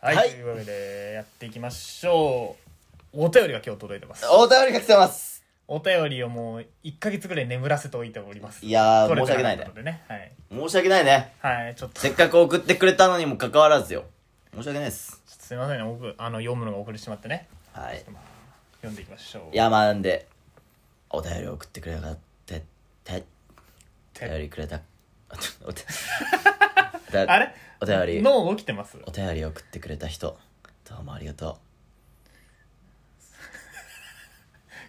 はい、はいというわけでやっていきましょうお便りが今日届いてますお便りが来てますお便りをもう1か月ぐらい眠らせておいておりますいやー取れ申して訳ないかねったのでねはい申し訳ないねはい、ちょっと、せちょっっかく送ってくれたのにもかかわらずよ申し訳ないですとすいませんね、僕、あの、読むのが遅れてしまってね。はいまあ読んでいきましょう。いやまあなんでお便りを送ってくれたてておて便りくれた お手 あれお便り脳起きてますお便りを送ってくれた人どうもありがと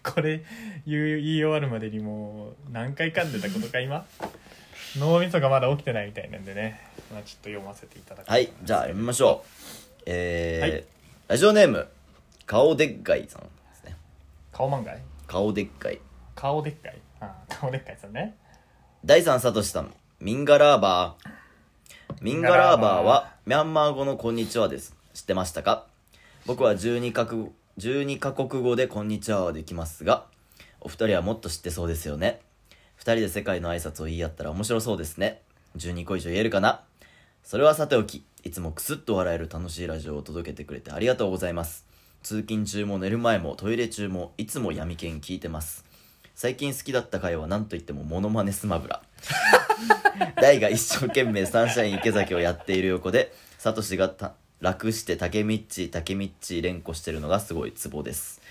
これ、言う言い終わるまでにもう、何回噛んでたことか、今。脳みそがまだ起きてないみたいなんでね。まあ、ちょっと読ませていただく。うはいじゃあ読みましょうえーはいラジオネーム顔でっかいさんですね顔漫画い顔でっかい顔でっかいあー顔でっかいさんね。第三サトシさんミンガラーバーミンガラーバーはミャンマー語の「こんにちは」です知ってましたか僕は12カ国 ,12 カ国語で「こんにちは」はできますがお二人はもっと知ってそうですよね二人で世界の挨拶を言い合ったら面白そうですね12個以上言えるかなそれはさておきいつもクスッと笑える楽しいラジオを届けてくれてありがとうございます通勤中も寝る前もトイレ中もいつも闇剣聞いてます最近好きだった回は何といってもモノマネスマブラ大が一生懸命サンシャイン池崎をやっている横でサトシがた楽してタケミッチタケミッチ連呼してるのがすごいツボです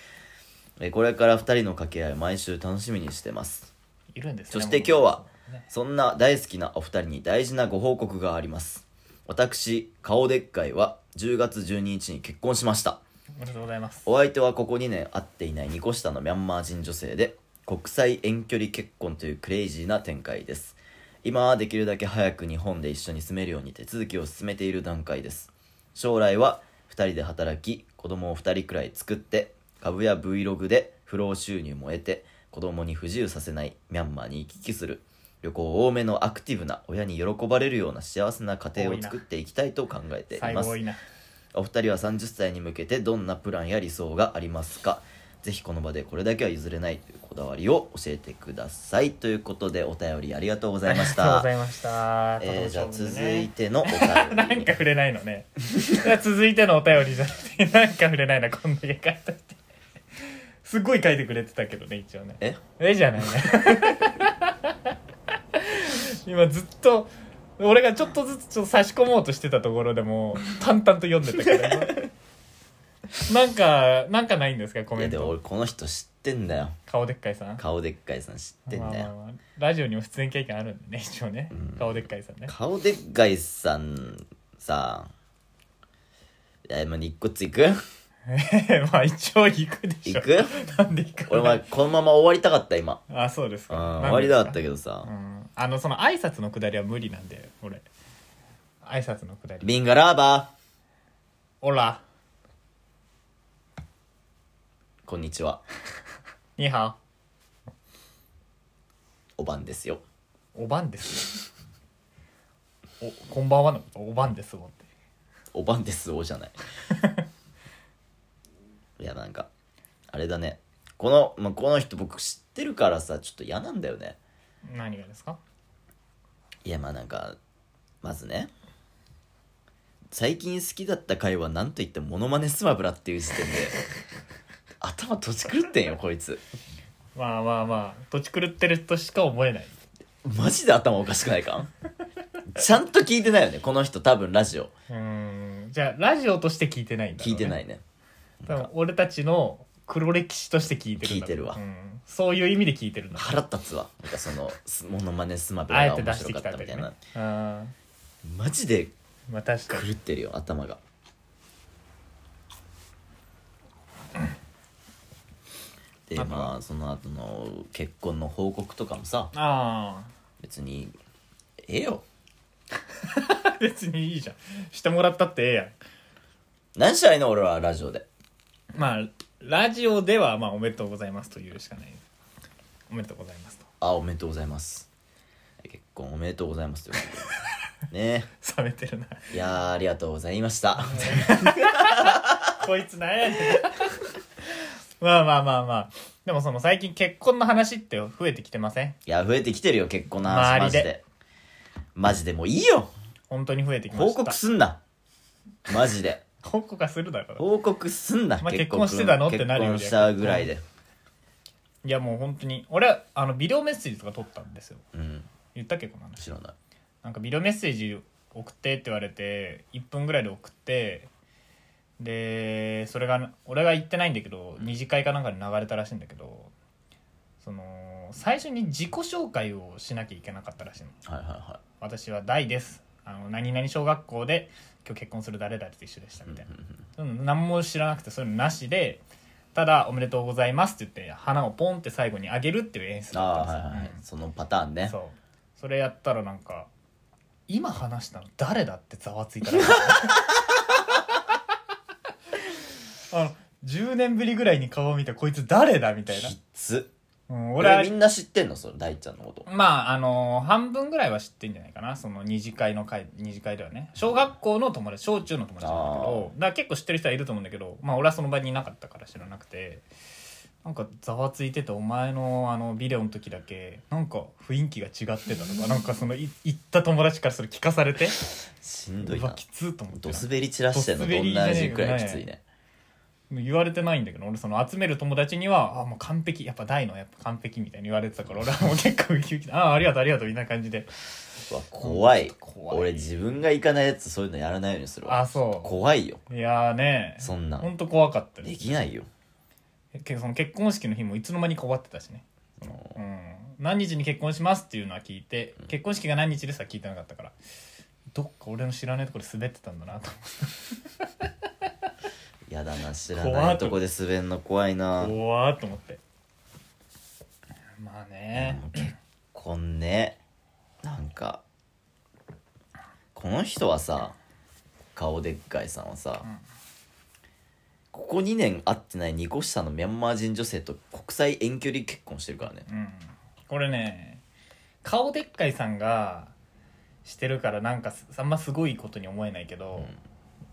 えーこれから2人の掛け合いを毎週楽しみにしてますいるんですねそして今日はねそんな大好きなお二人に大事なご報告があります私顔でっかいは10月12日に結婚しましたおめでとうございます。お相手はここ2年会っていない2個下のミャンマー人女性で国際遠距離結婚というクレイジーな展開です今はできるだけ早く日本で一緒に住めるように手続きを進めている段階です将来は2人で働き子供を2人くらい作って株や Vlog で不労収入も得て子供に不自由させないミャンマーに行き来する旅行多めのアクティブな親に喜ばれるような幸せな家庭を作っていきたいと考えてい最ます後多いな。お二人は30歳に向けてどんなプランや理想がありますかぜひこの場でこれだけは譲れないというこだわりを教えてくださいということでお便りありがとうございま しありがとうたございました。えーじゃあとても勝続負でねいてのお便りなん か触れないのねいや続いてのお便りじゃなくてなんか触れないなこんだけ書いといてすっごい書いてくれてたけどね一応ねええじゃないね今ずっと俺がちょっとずつちょっと差し込もうとしてたところでも淡々と読んでたから今なんかなんかないんですかコいメやンでもト俺この人知ってんだよ顔でっかいさん顔でっかいさん知ってんだまあよまあまあラジオにも出演経験あるんでね一応ね、顔でっかいさんね 顔でっかいさんさいや今一個ついくまあ 一応行くでしょ行くなんで行く俺はこのまま終わりたかった今あそうですうかんなんで終わりたかったですけどさかうんあのその挨拶のくだりは無理なんで俺挨拶のくだりビンガラーバオラーこんにちはニーハおばんですよオおばんですよおこんばんはのことおばんですもんっておばんですおじゃない いやなんかあれだねこの、まあ、この人僕知ってるからさちょっと嫌なんだよね何がですかいやまあなんかまずね最近好きだった回は何と言ってもモノマネスマブラっていう時点で 頭とち狂ってんよこいつまあまあまあ土地狂ってるとしか思えないマジで頭おかしくないかちゃんと聞いてないよねこの人多分ラジオうーんじゃあラジオとして聞いてないんだろう聞ねいてないね多分俺たちの黒歴史として聞いてるんだろう聞いてるわうんそういう意味で聞いてるんだろう腹立つわなんかそのすモノマネスマブあえラがて面出し白てかきたったんだみたよねいうなんマジでまあ確かに狂ってるよ頭がであとはまあその後の結婚の報告とかもさああ別にええよ 別にいいじゃんしてもらったってええやん何したらいいの俺はラジオでまあラジオではまあおめでとうございますというしかないおめでとうございますとあおめでとうございます結婚おめでとうございますということでね冷めてるな えいやーありがとうございましたこいつなんやねん まあまあまあまあでもその最近結婚の話って増えてきてませんいや増えてきてるよ結婚の話マ周ジりででマジでもういいよ本当に増えてきました報告すんなマジで報告はするだろう報告すんな、まあ結婚してたのってなるよりは結婚したぐらいでいやもう本当に俺はあのビデオメッセージとか撮ったんですようん言ったっけこの話知らないなんかビデオメッセージ送ってって言われて1分ぐらいで送ってでそれが俺が言ってないんだけど二次会かなんかで流れたらしいんだけどその最初に自己紹介をしなきゃいけなかったらしいのはいはいは私は大ですあの何々小学校で今日結婚する誰々と一緒でしたいみたいな、うんうんうんそういうの何も知らなくてそういうのなしでただ「おめでとうございます」って言って花をポンって最後にあげるっていう演出あだあったはいんはいはいですよそのパターンうんねそうそれやったらなんか「今話したの誰だ?」ってざわついた らしいあの10年ぶりぐらいに顔を見たこいつ誰だみたいなき、つうん、俺俺はみんな知ってんのそれ大ちゃんのことまああの半分ぐらいは知ってんじゃないかなその二次会の会二次会ではね小学校の友達小中の友達なんだけどだから結構知ってる人はいると思うんだけどまあ俺はその場にいなかったから知らなくてなんかざわついててお前のあのビデオの時だけなんか雰囲気が違ってたと かなんかそのい行った友達からそれ聞かされてしんどいうわなきつーと思ってドスベリ散らしてんドのスベどリんじゃねなえ味よくらいきついね言われてないんだけど俺その集める友達には「あもう完璧やっぱ大のやっぱ完璧」みたいに言われてたから俺はもう結構ウキウキでああありがとうありがとう」みたいな感じでうわ怖ちいょっと怖い俺自分が行かないやつそういうのやらないようにするわあそう怖いよいやーねそんなんほんと怖かったでですきないよけどその結婚式の日もいつの間にか終わってたしね、あのうん、何日に結婚しますっていうのは聞いて、結婚式が何日ですは聞いてなかったからどっか俺の知らないところで滑ってたんだなとやだな知ら怖ないいとこで滑んの怖いな思って怖ーっと思ってまあねもう結婚ねなんかこの人はさ顔でっかいさんはさ、うんここ2年会ってない2個下のミャンマー人女性と国際遠距離結婚してるからねうんこれね顔でっかいさんがしてるからなんかすあんますごいことに思えないけど、うん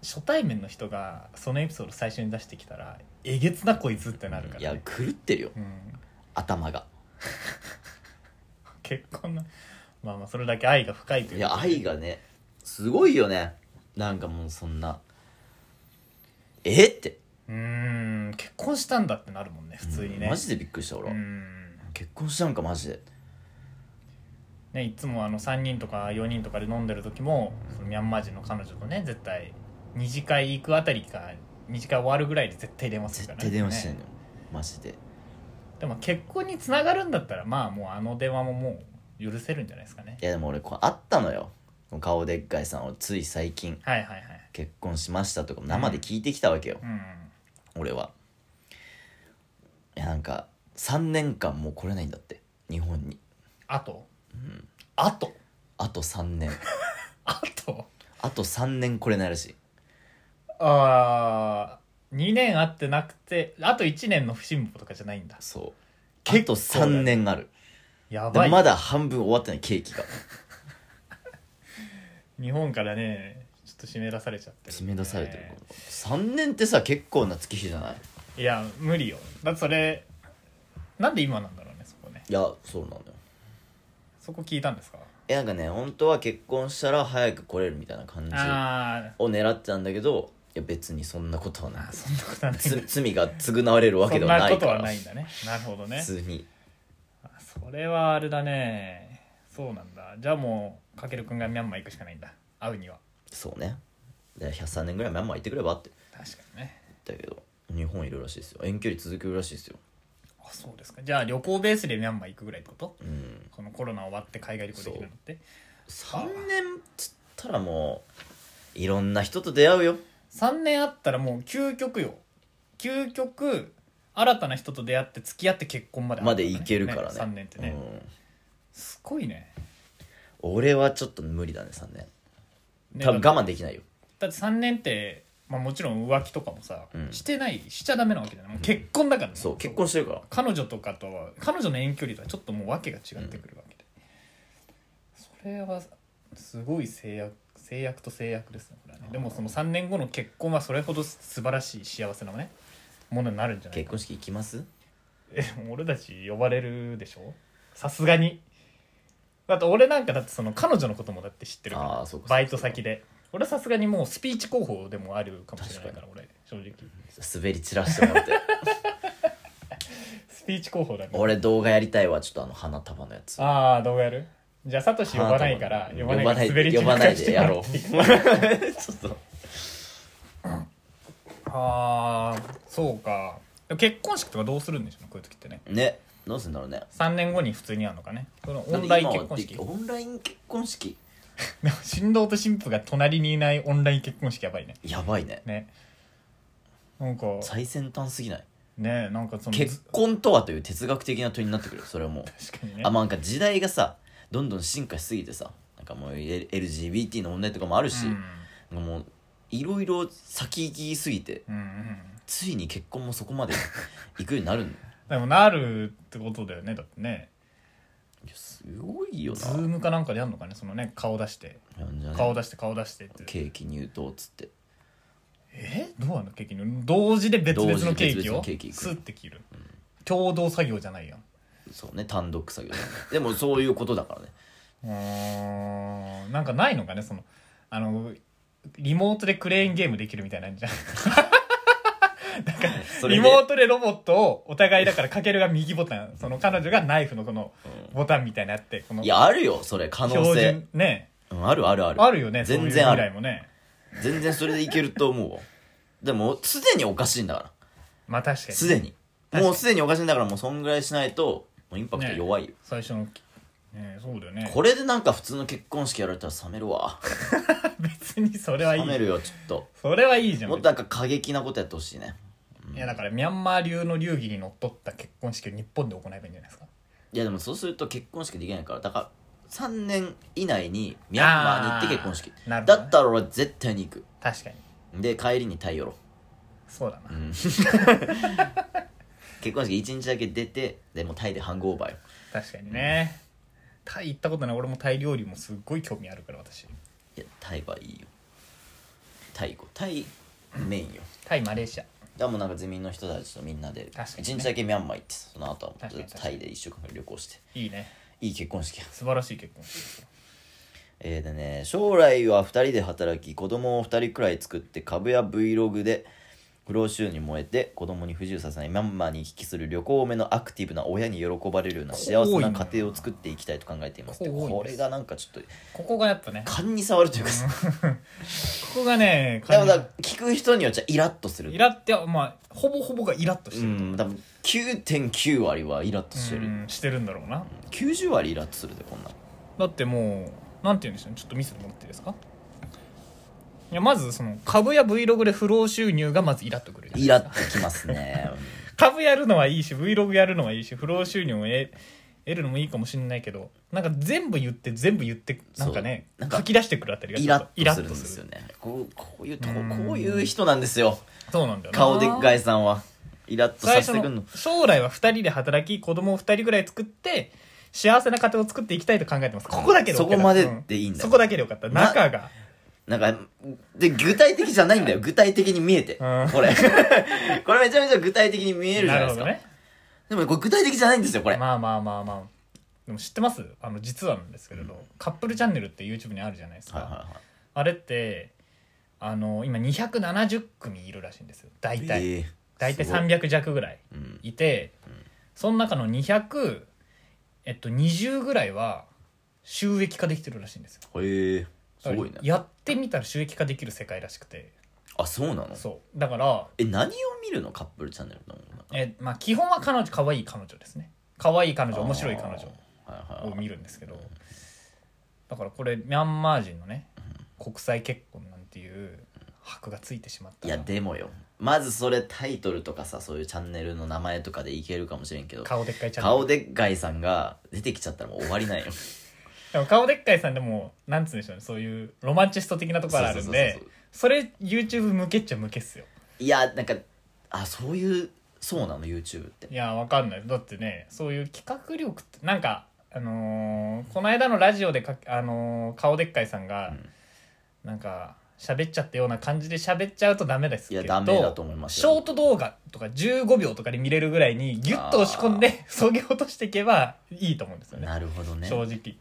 初対面の人がそのエピソード最初に出してきたらえげつなこいつってなるかいら、やね狂ってるようん、頭が結婚のまあまあそれだけ愛が深いといういことやで愛がねすごいよねなんかもうそんなえっってうーん結婚したんだってなるもんね普通にね、マジでびっくりした俺、うーん結婚したんかマジでね、いつもあの3人とか4人とかで飲んでる時もそのミャンマー人の彼女とね絶対二次会行くあたりか二次会終わるぐらいで絶対電話する絶からね対電話してんねのよ、マジででも結婚につながるんだったらまあもうあの電話ももう許せるんじゃないですかねいやでも俺こう会ったのよこの顔でっかいさんをつい最近はいはいはい結婚しましたとか生で聞いてきたわけよ、うん俺はいやなんか3年間もう来れないんだって日本にあと、あとあと3年 あとあと3年来れないらしいああ2年会ってなくてあと1年の不辛抱とかじゃないんだそうあ結と構3年あるやばでいまだ半分終わってないケーキが日本からねちょっと締め出されちゃってる締め出されてる3年ってさ結構な月日じゃないいや無理よだってそれなんで今なんだろうねそこねいやそうなのよそこ聞いたんですかえなんかね本当は結婚したら早く来れるみたいな感じあを狙ってたんだけどいや別にそんなことはーなあいーそんなことはないつ 罪が償われるわそけんではななこいとかはらないんだねなるほどね普通にあそれはあれだねそうなんだじゃあもうかけるくんがミャンマー行くしかないんだ会うにはそうねで103年ぐらいミャンマー行ってくればって確かにね言ったけど日本いるらしいですよ遠距離続けるらしいですよあそうですかじゃあ旅行ベースでミャンマー行くぐらいってことうんこのコロナ終わって海外旅行できるのって3年っつったらもういろんな人と出会うよ3年あったらもう究極よ究極新たな人と出会って付き合って結婚まであまで行けるからね3年ってね、うんすごいね俺はちょっと無理だね3年ね多分だっ我慢できないよてだって3年って、まあ、もちろん浮気とかもさ、うんしてないしちゃダメなわけじゃないもう結婚だからねそう結婚してるから彼女とかとは彼女の遠距離とはちょっともう訳が違ってくるわけで、それはすごい制約制約と制約ですねこれはねでもその3年後の結婚はそれほど素晴らしい幸せなねものになるんじゃない結か婚式行きます えでも俺たち呼ばれるでしょさすがにだって俺なんかだってその彼女のこともだって知ってるからあーそうかそうかバイト先で俺はさすがにもうスピーチ候補でもあるかもしれないから俺正直滑り散らしても らってスピーチ候補だね俺動画やりたいわちょっとあの花束のやつああ動画やるじゃあサトシ呼ばないから花呼束ばのないから呼ばない滑り散呼ばらないしでてもやらろっうていい ちょっとああそうかでも結婚式とかどうするんでしょうねこういう時ってねねどうすんだろうね3年後に普通にあるのかねこのオンライン結婚式オンライン結婚式でも新郎と新婦が隣にいないオンライン結婚式やばいねやばいねねなんか最先端すぎないねなんかその結婚とはという哲学的な問いになってくるそれはもう確かにねあまあなんか時代がさどんどん進化しすぎてさなんかもう L- LGBT の問題とかもあるし、うんなんかもういろいろ先行きすぎてうんうんついに結婚もそこま で行くようになるんだでもなるってことだよねだってねいやすごいよズなームかなんかでやるのかねそのね顔出してなんじゃね顔出して顔出してってケーキ入刀っつってえどうなのケーキの同時で別々のケーキを同時で別々のケーキいくスッて切る共同作業じゃないやんそうね単独作業だね でもそういうことだからね うーんなんかないのかねそのあのリモートでクレーンゲームできるみたいなんじゃんそれリでモートでロボットをお互いだからかけるが右ボタンその彼女がナイフのこのボタンみたいなのあってこのいやあるよそれ可能標性準ねうんあるあるあるあるよね全そういう然あ未来るもね全然それでいけると思うわでもすでにおかしいんだからまあ確かにすでにかにもうすでにおかしいんだからもうそんぐらいしないともうインパクト弱いよ、最初のきねそうだよねこれでなんか普通の結婚式やられたら冷めるわ別にそれはい冷めいるよちょっそれはいいじゃとんもっとなんか過激なことやってほしいねいやだからミャンマー流の流儀にのっとった結婚式を日本で行えばいいんじゃないですかいやでもそうすると結婚式できないからだから3年以内にミャンマーに行って結婚式あーなるほどだねったら俺絶対に行く確かにで帰りにタイ寄ろそうだな、結婚式1日だけ出てでもうタイでハングオーバーよ確かにね、タイ行ったことない俺もタイ料理もすっごい興味あるから私いやタイはいいよタイ行こうタイメインよタイマレーシアでもうなんかゼミの人たちとみんなで確かに一日だけミャンマー行ってその後はも確かにうタイで1週間ぐらい旅行していいねいい結婚式や素晴らしい結婚式えー、でね将来は2人で働き子供を2人くらい作って株や Vlog で不労収入に燃えて子供に不自由させないミャンマーに引きする旅行目のアクティブな親に喜ばれるような幸せな家庭を作っていきたいと考えていますって多いねこれがなんかちょっとここがやっぱねこ勘に触るというかさこがねでもだから聞く人によっちゃイラッとするイラってまあほぼほぼがイラッとしうてる、ん多分9.9割はイラッとしてうる、んしてるんだろうな90割イラッとするでこんなだってもうなんて言うんでしょうねちょっと見せてもらっていいですかいやまずその株や Vlog で不労収入がまずイラっとくるじゃないイですかラッときますね 株やるのはいいし Vlog やるのはいいし不労収入を得得るのもいいかもしれないけどなんか全部言って全部言ってなんかねそうなんか書き出してくるあたりがイちょっラとッとするんですよねこうこういうとここういう人なんですよそうなんだよな顔でっかいさんはイラッと最させ初てくんのの将来は2人で働き子供を2人ぐらい作って幸せな家庭を作っていきたいと考えてますここだけで OK だそこまででいいんだようそこだけでよかったな中がなんかで具体的じゃないんだよ具体的に見えてうんこれ これめちゃめちゃ具体的に見えるじゃないですか、ねでもこれ具体的じゃないんですよこれ、まあまあまあまあでも知ってますあの実はなんですけれど、カップルチャンネルって YouTube にあるじゃないですか、はいはいはいあれってあの今270組いるらしいんですよ大体、えー大体すごい300弱ぐらいうんいて、その中の200えっと20ぐらいは収益化できてるらしいんですよへえすごいだねからやってみたら収益化できる世界らしくてあそうなのそうだからえ何を見るのカップルチャンネルのえ、まあ、基本は彼女可愛い彼女ですね可愛い彼女面白い彼女あーはいをはいはい見るんですけどだからこれミャンマー人のね国際結婚なんていう箔がついてしまったいらやでもよまずそれタイトルとかさそういうチャンネルの名前とかでいけるかもしれんけど顔でっかいちゃん顔でっかいさんが出てきちゃったらもう終わりなんよでも顔でっかいさんでもなんつうんでしょうねそういうロマンチスト的なところあるんでそうそうそうそれ YouTube 向けっちゃ向けっすよいやなんかあそういうそうなの YouTube っていやわかんないだってねそういう企画力ってなんかあのーこの間のラジオでか、あのー顔でっかいさんが、なんか喋っちゃったような感じで喋っちゃうとダメですけどいやダメだと思いますシよョート動画とか15秒とかで見れるぐらいにギュッと押し込んでそぎ落としていけばいいと思うんですよねなるほどね正直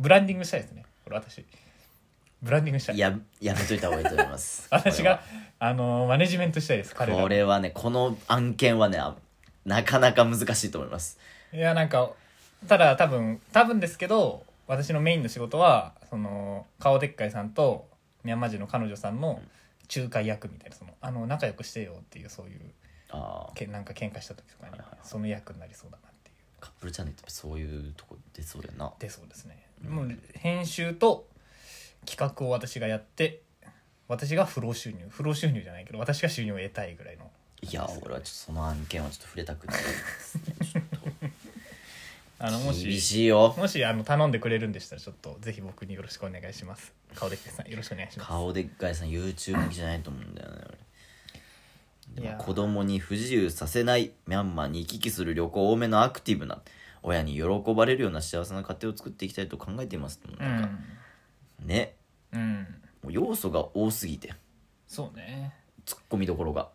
ブランディングしたいですねこれ私ブランディングしたいややめといた方がいいと思います 私こがあのマネジメントしたいですれ彼はらのこれはねこの案件はねあなかなか難しいと思いますいやなんかただ多分多分ですけど私のメインの仕事はその顔でっかいさんとミャンマー人の彼女さんの仲介役みたいなそのあの仲良くしてよっていうそういうああけなんか喧嘩した時とかにその役になりそうだなっていうカップルチャンネルってそういうとこ出そうだよな出そうですね、もう編集と企画を私がやって私が不労収入不労収入じゃないけど私が収入を得たいぐらいのいや俺はちょっとその案件はちょっと触れ たくないあのも厳ししいよもしあの頼んでくれるんでしたらちょっとぜひ僕によろしくお願いします顔でっかいさんよろしくお願いします顔でっかいさん YouTube 向きじゃないと思うんだよね俺いでやも子供に不自由させないミャンマーに行き来する旅行多めのアクティブな親に喜ばれるような幸せな家庭を作っていきたいと考えています、なんかねうん、うん、もう要素が多すぎてそうねツッコミどころが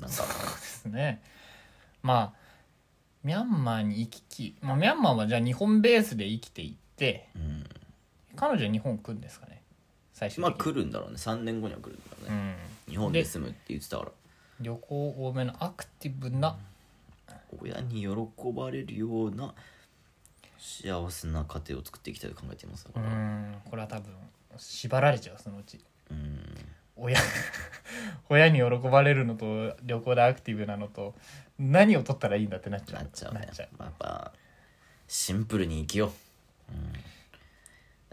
なんかですねまあミャンマーに行き来、まあ、ミャンマーはじゃあ日本ベースで生きていってうん彼女は日本来るんですかね最終的にまあ来るんだろうね3年後には来るんだろううね、ん日本で住むって言ってたから旅行多めのアクティブな親に喜ばれるような幸せな家庭を作っていきたいと考えていますだうからんこれは多分縛られちゃうそのうちうん親 親に喜ばれるのと旅行でアクティブなのと何を取ったらいいんだってなっちゃうなっちゃうねなっちゃうまあやっぱシンプルに生きよう、うん、だか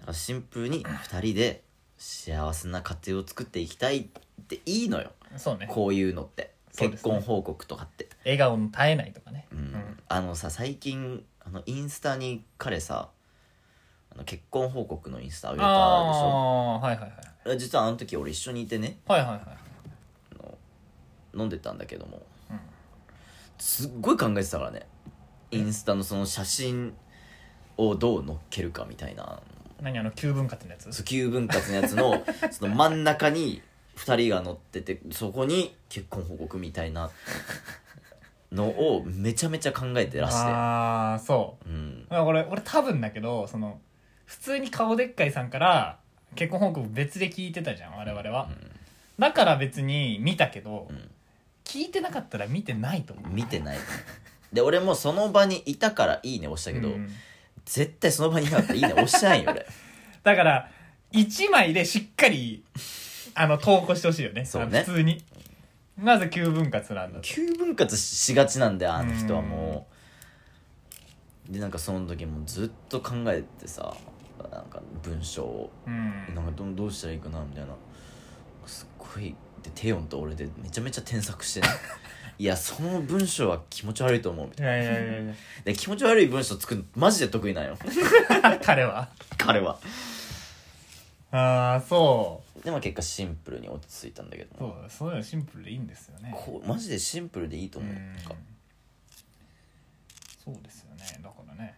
らシンプルに2人で幸せな家庭を作っていきたいっていいのよそうねこういうのって、そうで結すね婚報告とかって、笑顔の絶えないとかねうんあのさ最近あのインスタに彼さあの結婚報告のインスタ上げたでしょああーはいはいはい実はあの時俺一緒にいてねはいはいはい飲んでたんだけども、うんすっごい考えてたからねインスタのその写真をどう載っけるかみたいな何あの9分割のやつ地球分割のやつ のその真ん中に2人が乗っててそこに結婚報告みたいなのをめちゃめちゃ考えてらしてああそううんまあ俺俺多分だけどその普通に顔でっかいさんから結婚報告別で聞いてたじゃん我々は、だから別に見たけど、ん聞いてなかったら見てないと思う見てないで俺もその場にいたから「いいね」押したけど、うん絶対その場にいなかったら「いいね」押してないよ俺だから1枚でしっかりあの投稿してほしいよねそうねあの普通にまず9分割なんだと急分割しがちなんだよあの人はもうでなんかその時もずっと考えてさなんか文章をうんなんかどどうしたらいいかなみたいなすっごいでテヨンと俺でめちゃめちゃ添 削してねいやその文章は気持ち悪いと思うみたいいやいやいやいやな で気持ち悪い文章作るのマジで得意なんよ 彼は彼はああそでも結果シンプルに落ち着いたんだけうどそうそういうのシンプルでいいんですよねこうマジでシンプルでいいと思ううんなんかそうですよねだからね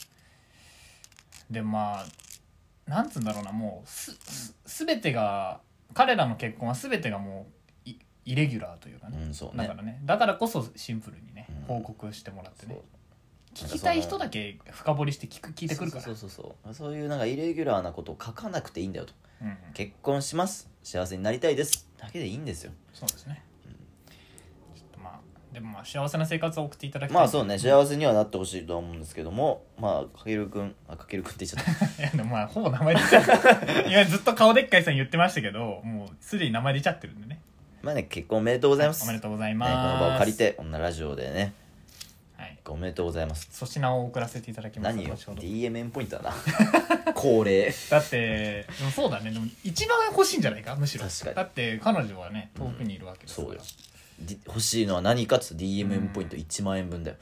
でまあなんつうんだろうなもうすす全てが彼らの結婚は全てがもうイイレギュラーというかね,、うんそうだねからねだからこそシンプルにね、うん報告してもらってねそう聞きたい人だけ深掘りして聞く聞いてくるからそうそうそうそうそういうなんかイレギュラーなことを書かなくていいんだよとうんうん結婚します幸せになりたいですだけでいいんですよそうですね、ちょっとまあでもまあ幸せな生活を送っていただきたいまあそうね幸せにはなってほしいとは思うんですけどもまあかけるくんあかけるくんって言っちゃった いやで もまあほぼ名前出ちゃういやずっと顔でっかいさん言ってましたけどもうすでに名前出ちゃってるんでねまあね結婚おめでとうございますおめでとうございねまこす、の場を借りてこんなラジオでねはいおめでとうございます粗品を送らせていただきま何したよ後ほど DMN ポイントだな恒例だってでもそうだねでも一番欲しいんじゃないかむしろ確かにだって彼女はね遠くにいるわけですそうよ D- 欲しいのは何かっつうと DMN ポイント1万円分だよ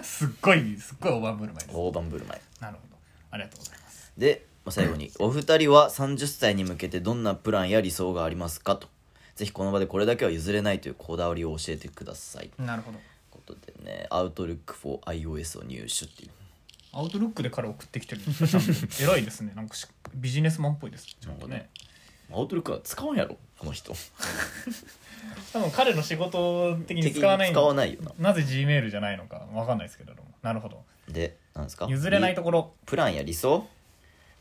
すっごいすっごい大盤振る舞いです大盤振る舞いなるほどありがとうございますで、まあ、最後に「お二人は30歳に向けてどんなプランや理想がありますか?」と「ぜひこの場でこれだけは譲れないというこだわりを教えてください」といなるほどうことでね「Outlook for iOS を入手」っていうアウトロックで彼送ってきてるんですよちゃんと偉いですねなんかしビジネスマンっぽいですちゃんとね Outlook は使わんやろこの人多分彼の仕事的に使わないん的に使わないよななぜ G メールじゃないのかわかんないですけれどもなるほどでなんですか譲れないりところプランや理想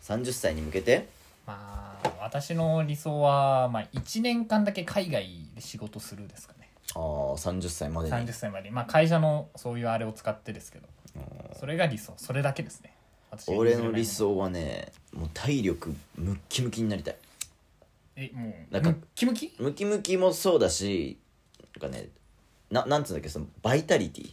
30歳に向けてまあ私の理想は、まあ、1年間だけ海外で仕事するですかねああ30歳までに30歳まで、まあ、会社のそういうあれを使ってですけどそれが理想それだけですね私が俺の理想はねもう体力ムッキムキになりたいえもうなんかムッキムキムキムキもそうだしなんかねななんつうんだっけそのバイタリティ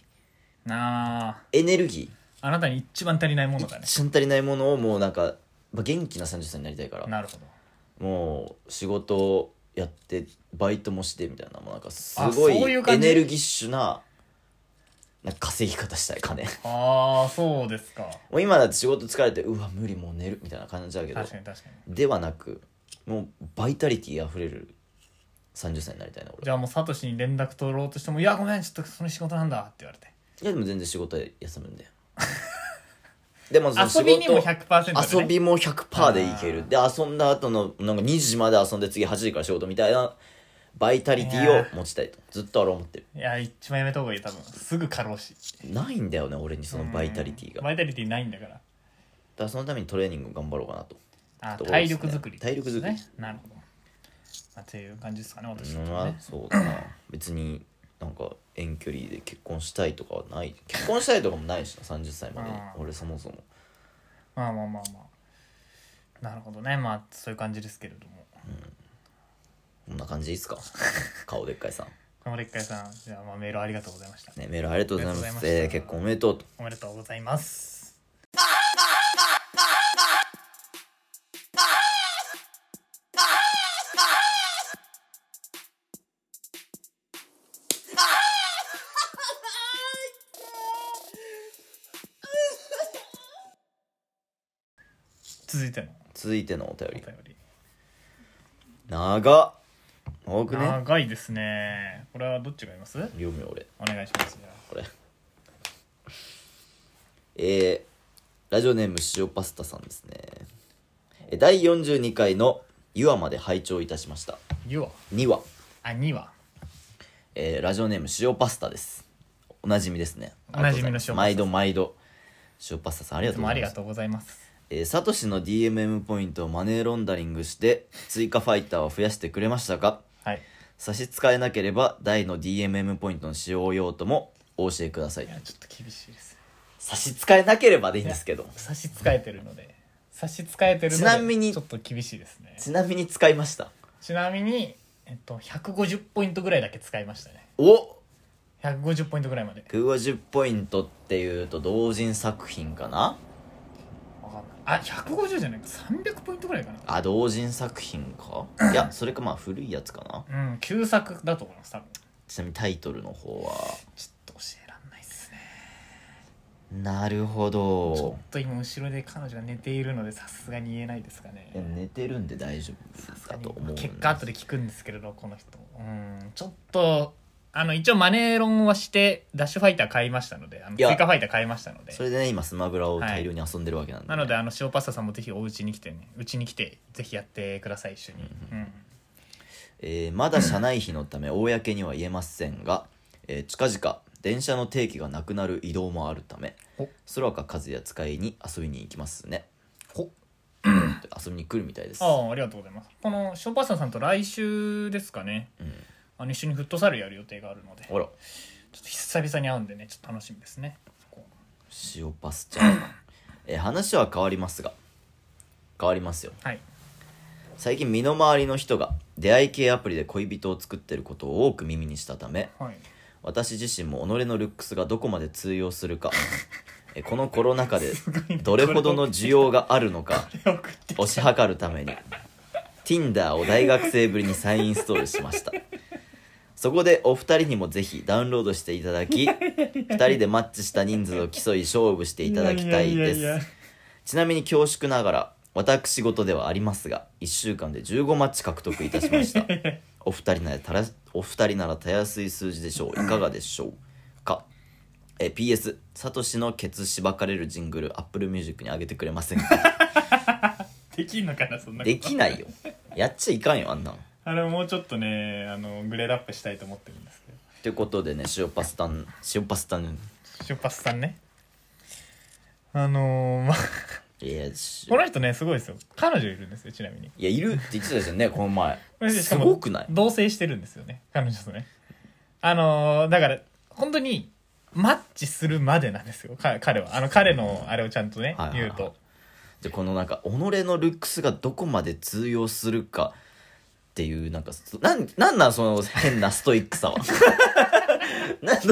なあエネルギあなたに一番足りないものだねー一ん足りないものをもうなんか、まあ、元気な30歳になりたいからなるほどもう仕事をやってバイトもしてみたいなもうなんかすあごいそういうエ感じネルギッシュななんか稼ぎ方したい金ああそうですかもう今だって仕事疲れてうわ無理もう寝るみたいな感じだけど確かに確かにではなくもうバイタリティあふれる30歳になりたいな俺じゃあもうサトシに連絡取ろうとしても「いやごめんちょっとその仕事なんだ」って言われていやでも全然仕事は休むんで でもその仕遊事びにも100%で、遊ね、びも100%でいけるで遊んだ後のなんか2時まで遊んで次8時から仕事みたいなバイタリティを持ちたいとずっと俺は思ってるいや一番やめた方がいい多分すぐ過労死ないんだよね俺にそのバイタリティがだかバイタリティないんだかららそのためにトレーニング頑張ろうかなとあところ体ですね力作り、体力作りねなるほど、まあ、っていう感じですかね私うはんね、まあそうだな別になんか遠距離で結婚したいとかはない結婚したいとかもないしな30歳までにうん俺そもそもまあまあまあまあなるほどねまあそういう感じですけれどもこんな感じで すか顔でっかいさんこのレッカイさんじゃあまあメールありがとうございましたねメールありがとうございますありがとうございえましーた結婚おめでとうとおめでとうございます続いての続いてのお便おり便り長っ多くね長いですねこれはどっちがいます読むよ俺お願いしますじゃこれ えー、ラジオネーム塩パスタさんですねえー第42回の「湯話まで拝聴いたしましたあ湯は2話、あ2はえーラジオネーム塩パスタですおなじみですねおなじみの塩パスタさん毎度毎度塩パスタさんありいがつとうごもざあいりまがすとうございますえーサトシの DMM ポイントをマネーロンダリングして追加ファイターを増やしてくれましたかはい差し支えなければ大の DMM ポイントの使用用途もお教えくださいいやちょっと厳しいです差し支えなければでいいんですけど差し支えてるので差し支えてるのでちなみにちょっと厳しいですねちなみに使いましたちなみに、えっと、150ポイントぐらいだけ使いましたねお150ポイントぐらいまで150ポイントっていうと同人作品かなわかんないあ150じゃないか300ポイントぐらいかあ同人作品かいやそれかまあ古いやつかななうん旧作だと思います多分ちなみにタイトルの方はちょっと教えらんないっすねなるほちょどっと今後ろで彼女が寝ているのでさすがに言えないですかねいや寝てるんで大丈夫だと思う結果後で聞くんですけれどこの人うんちょっとあの一応マネーロンはしてダッシュファイター買いましたのであのいや追加ファイター買いましたのでそれでね今スマブラを大量に遊んでるわけなんで、なのであの塩パスタさんもぜひお家に来てねうちに来てぜひやってください一緒に、うんえーまだ社内費のため公には言えませんが、えー近々電車の定期がなくなる移動もあるためお空か和也使いに遊びに行きますねほ 遊びに来るみたいですああありがとうございますこの塩パスタさんと来週ですかねうんあの一緒にフットサルやる予定があるのでちょっほらと久々に会うんでねちょっと楽しみですねそこ塩パスちゃん、えー話は変わりますが変わりますよはい最近身の回りの人が出会い系アプリで恋人を作ってることを多く耳にしたためはい私自身も己のルックスがどこまで通用するかえーこのコロナ禍で どれほど の需要があるのか送って推し量るために Tinder を大学生ぶりに再インストールしましたそこでお二人にもぜひダウンロードしていただき二人でマッチした人数を競い勝負していただきたいやでややすちなみに恐縮ながら私事ではありますが1週間で15マッチ獲得いたし ましたお二人ならたらお二人ならたやすい数字でしょういかがでしょうかえ PS サトシのケツしばかれるジングル Apple Music に上げてくれませ んかできんのかなそんなことできないよやっちゃいかんよあんなのあれもうちょっとねあのグレードアップしたいと思ってるんですけどということでね塩パスタン塩パスタン出発さんねあのー、まあいやしこの人ねすごいですよ彼女いるんですよちなみにいやいるって言ってたですよねこの前しかすもごくない同棲してるんですよね彼女とねあのーだから本当にマッチするまでなんですよか彼はあの彼のあれをちゃんとね、はいはいはい言うとでこのなんか己のルックスがどこまで通用するかっていうなんかそなんなんなんその変なストイックさは なんで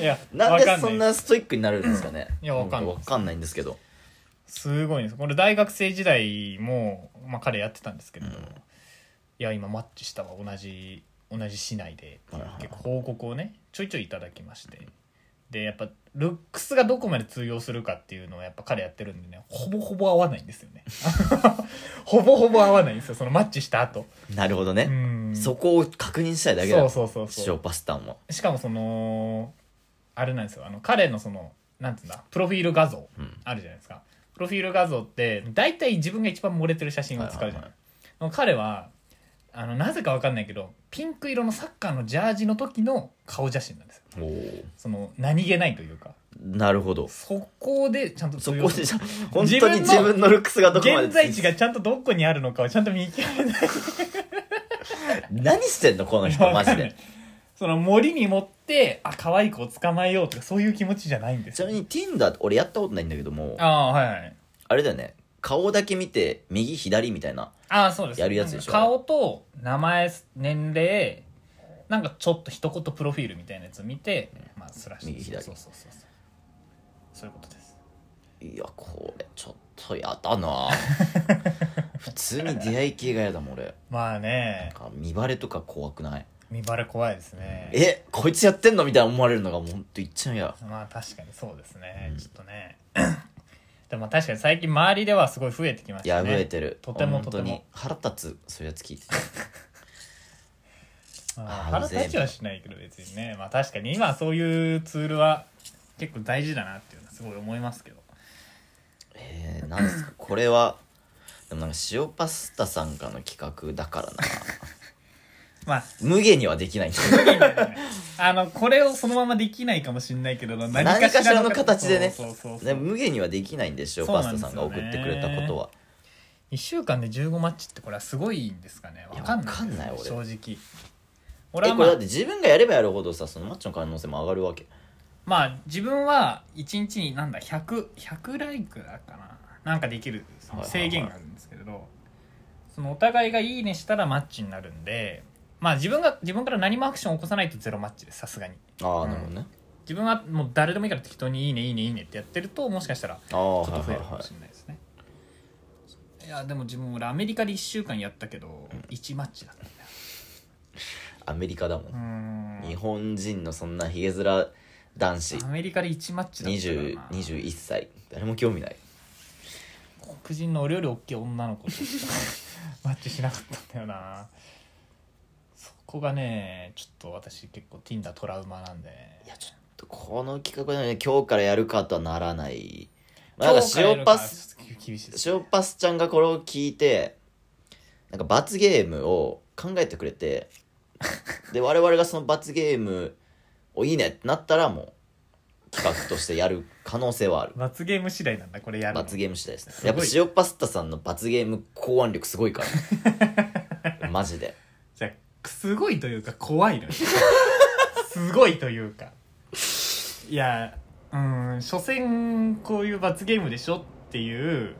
いやなわんでかんそんないなストイックになるんですかねいやわかんないわかんないんですけどすごいんですこれ大学生時代も、まあ、彼やってたんですけれど、いや今マッチしたわ同じ同じ市内でっていうはいはいはい結構報告をねちょいちょいいただきましてでやっぱルックスがどこまで通用するかっていうのをやっぱ彼やってるんでねほぼほぼ合わないんですよ ねほぼほぼ合わないんですよそのマッチした後なるほどうね、んそこを確認したいだけだそうそうそうそう塩パスタもしかもそのあれなんですよあの彼のそのなんつうんだプロフィール画像うんあるじゃないですか、プロフィール画像って大体自分が一番漏れてる写真を使うじゃない,、はいはい彼はあのなぜかわかんないけどピンク色のサッカーのジャージの時の顔写真なんですよおーその何気ないというかなるほどそこでちゃんとそ通こ用すでるじゃ本当に自分のルックスがどこまで現在地がちゃんとどこにあるのかをちゃんと見極めない何してんのこの人マジでその森に持ってあ可愛い子を捕まえようとかそういう気持ちじゃないんですちなみに Tinder って俺やったことないんだけどもああはいはいあれだよね顔だけ見て右左みたいなああそうですやるやつでしょ顔と名前年齢なんかちょっと一言プロフィールみたいなやつを見て、まあスラッシュ右左そうそうそうそうそういうことですいやこれちょっとやだ な普通に出会い系がやだもん俺まあねなんか見バレとか怖くない見バレ怖いですねえこいつやってんのみたいな思われるのがもうほんといっちゃうやまあ確かにそうですね、ちょっとね でも確かに最近周りではすごい増えてきましいやたねぶれてる、とても本当とてにも腹立つそういうやつ聞いてうんあー腹立ちはしないけど別にねまあ確かに今そういうツールは結構大事だなっていうのはすごい思いますけどえー、なんですかこれはでもなんか塩パスタさんからの企画 だからなまあ無限にはできないんだあのこれをそのままできないかもしれないけれど何かしらの形でねそうそうそうね無限にはできないんで塩パスタさんが送ってくれたことは1週間で15マッチってこれはすごいんですかねわかんないいやわかんないです俺正直俺えはこまれだあって、自分がやればやるほどさそのマッチの可能性も上がるわけまあ、自分は1日になんだ100100ライクだかななんかできるその制限があるんですけれど、そのお互いが「いいね」したらマッチになるんでまあ自分が自分から何もアクションを起こさないとゼロマッチですさすがにああなるほどね、自分はもう誰でもいいから適当に「いいねいいねいいね」ってやってるともしかしたらああちょっはいと増えはいるかはもいしれないですね、いやでも自分俺アメリカで1週間やったけど、1マッチだったんアメリカだもん、だ日よ本人のそんなひげ面男子アメリカで1マッチだったから20な21歳誰も興味ない黒人の俺より大きい女の子とマッチしなかったんだよなそこがねちょっと私結構 Tinder トラウマなんでねいやちょっとこの企画はね今日からやるかとはならない、まあ、なんか今日からや塩るかパらスちょっと厳しいです塩パスちゃんがこれを聞いてなんか罰ゲームを考えてくれてで我々がその罰ゲームをいいねってなったらもう企画としてやる可能性はある罰ゲーム次第なんだこれやるの罰ゲーム次第ですねすごいやっぱ塩パスタさんの罰ゲーム考案力すごいから マジでじゃあすごいというか怖いのよ すごいというかいやうん所詮こういう罰ゲームでしょっていう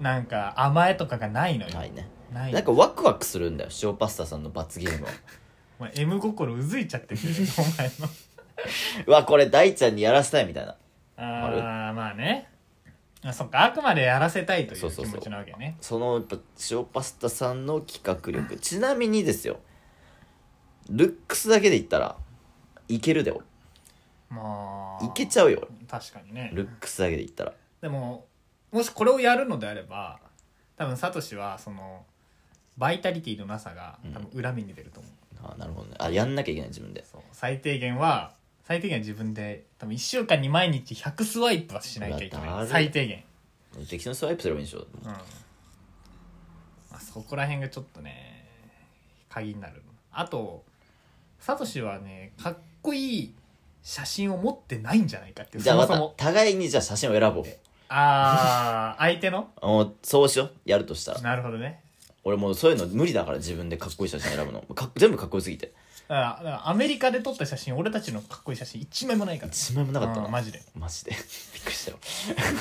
なんか甘えとかがないのよ、はいねないなんかワクワクするんだよ塩パスタさんの罰ゲ ームはお前 M 心うずいちゃってるよ お前のうわこれ大ちゃんにやらせたいみたいなああまあねあそっかあくまでやらせたいといそううそう気そう持ちなわけねそのやっぱ塩パスタさんの企画力ちなみにですよルックスだけで言ったらいけるで俺まあいけちゃうよ俺確かにねルックスだけで言ったらでももしこれをやるのであれば多分サトシはそのバイタリティのなさが多分裏目に出ると思う,、あーなるほどねあやんなきゃいけない自分でそう最低限は最低限は自分で多分1週間に毎日100スワイプはしなきゃいけうわだなるい最低限、適当にスワイプすればいいんでしょうんまあ、そこら辺がちょっとね鍵になるあとサトシはねかっこいい写真を持ってないんじゃないかっていうじゃあまそもそたも互いにじゃあ写真を選ぼうああ相手 のもうそうしようやるとしたらなるほどね俺もうそういうの無理だから自分でかっこいい写真選ぶのかっ全部かっこよすぎてだからだからアメリカで撮った写真俺たちのかっこいい写真一枚もないから一枚もなかったなうんマジでマジで びっくりしたよ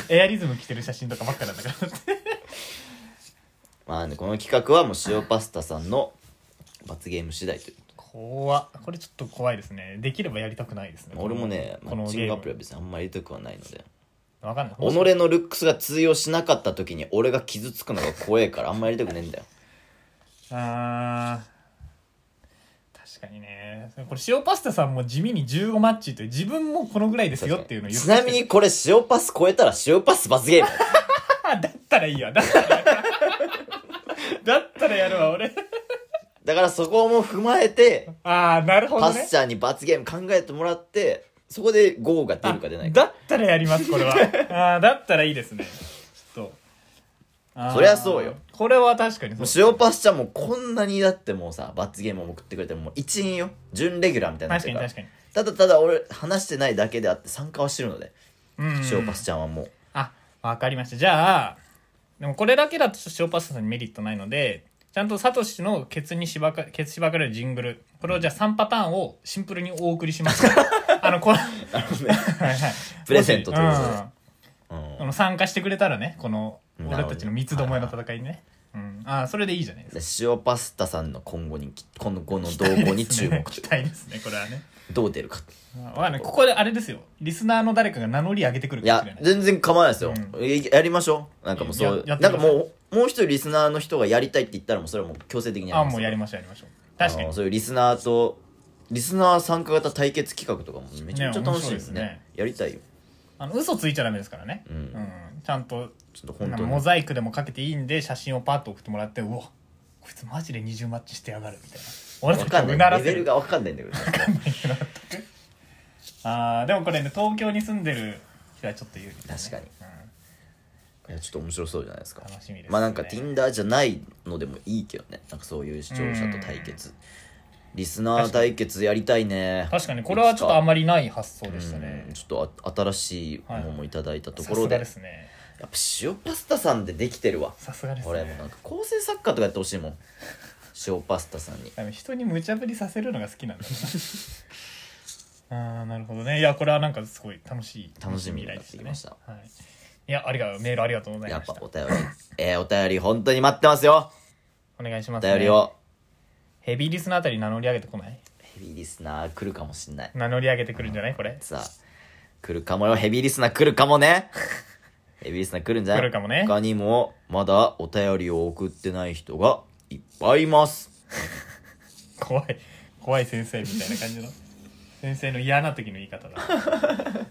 エアリズム着てる写真とかばっかなんだからってまあねこの企画はもう塩パスタさんの罰ゲーム次第という怖っこれちょっと怖いですねできればやりたくないですね俺もねマこのッチンゲグアープムリは別にあんまり入れたくはないのでわかんない己のルックスが通用しなかった時に俺が傷つくのが怖えからあんまり入れたくねえんだよあー確かにねこれ塩パスタさんも地味に15マッチという自分もこのぐらいですよっていうのを言っちてきてなみにこれ塩パス超えたら塩パス罰ゲーム あだったらいいわだったらやるだったらやるわ俺だからそこも踏まえてああなるほどパねスチャーに罰ゲーム考えてもらってそこで GO が出るか出ないかだったらやりますこ れはあーだったらいいですねちょっとあーそりゃそうよこれは確かにそうもう塩パスチャーもこんなにだってもうさ罰ゲームを送ってくれてもう一員よ準レギュラーみたいになっ確てかるにから確かにただただ俺話してないだけであって参加はしてるのでうんうん塩パスちゃんはもうあわかりましたじゃあでもこれだけだと塩パスタさんにメリットないのでちゃんとサトシのケツにしばかケツしばかれるジングルこれをじゃあ3パターンをシンプルにお送りします あのこ のはいはいプレゼントということでもし うんうんこの参加してくれたらねこのなるほど俺たちの三つどもえの戦いにね、うん、あーそれでいいじゃないですでか塩パスタさんの今後にき今後の動向に 注目期待ですねこれはねどう出るかまあわかんないここであれですよリスナーの誰かが名乗り上げてくるいかもしやれない全然構わないですよ、うえやりましょうなんかもうそうややなっんてくださいかもうもう一人リスナーの人がやりたいって言ったらもうそれはもう強制的にやありあますもうやりましょうやりましょう確かあにのそういうリスナーとリスナー参加型対決企画とかもめちゃめちゃね楽しい面白いでですすねねやりたいよあの嘘ついちゃダメですからね、うんうんちゃんとちょっなとん本か当モにザイクでもかけていいんで写真をパッと送ってもらってうわこいつマジで二重マッチしてやがるみたいな俺わたかちんをうなないらレせベルるがわかんないんだけどあーでもこれね東京に住んでる人はちょっと有利だね確かにういやちょっと面白そうじゃないですかん楽しみです、ね、まあなんか Tinder じゃないのでもいいけどねなんかそういう視聴者と対決リスナー対決やりたいね確かにこれはちょっとあんまりない発想でしたねうんちょっとあ新しいものもいただいたとさこすろがで,、ですねやっぱ塩パスタさんでできてるわさすがです俺もなんねか構成作家とかやってほしい もん塩パスタさんに多分人に無茶ぶりさせるのが好きなんだな あーなるほどねいやこれはなんかすごい楽しい楽しみにになってきましたはい、いやありがとうメールありがとうございやまっしたぱお便りえー、お便り本当に待ってますよお願いしおます、便りをヘビーリスナーあたり名乗り上げてこないヘビーリスナー来るかもしんない名乗り上げてくるんじゃないこれさあ来るかもよヘビーリスナー来るか もねヘビーリスナー来るんじゃない来るかもね他にもまだお便りを送ってない人がいっぱいいます怖い怖い先生みたいな感じの先生の嫌な時の言い 方だあー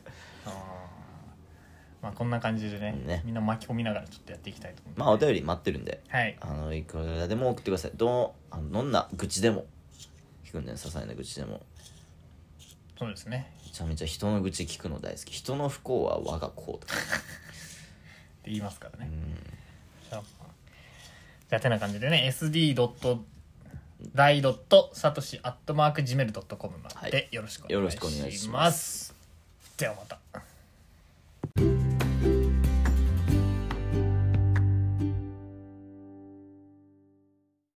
まあこんな感じでねねみんな巻き込みながらちょっとやっていきたいと思いますまあお便り待ってるんではいあのいくらでも送ってくださいどうあのどんな愚痴でも聞くんだよ些細な愚痴でもそうですねめちゃめちゃ人の愚痴聞くの大好き人の不幸は我が幸とかって言いますからうねんじゃあじゃあてな感じでね sd.dai.satoshi.gmail.com まはでいよろしくおよ願ろいしくお願いししまますすではまた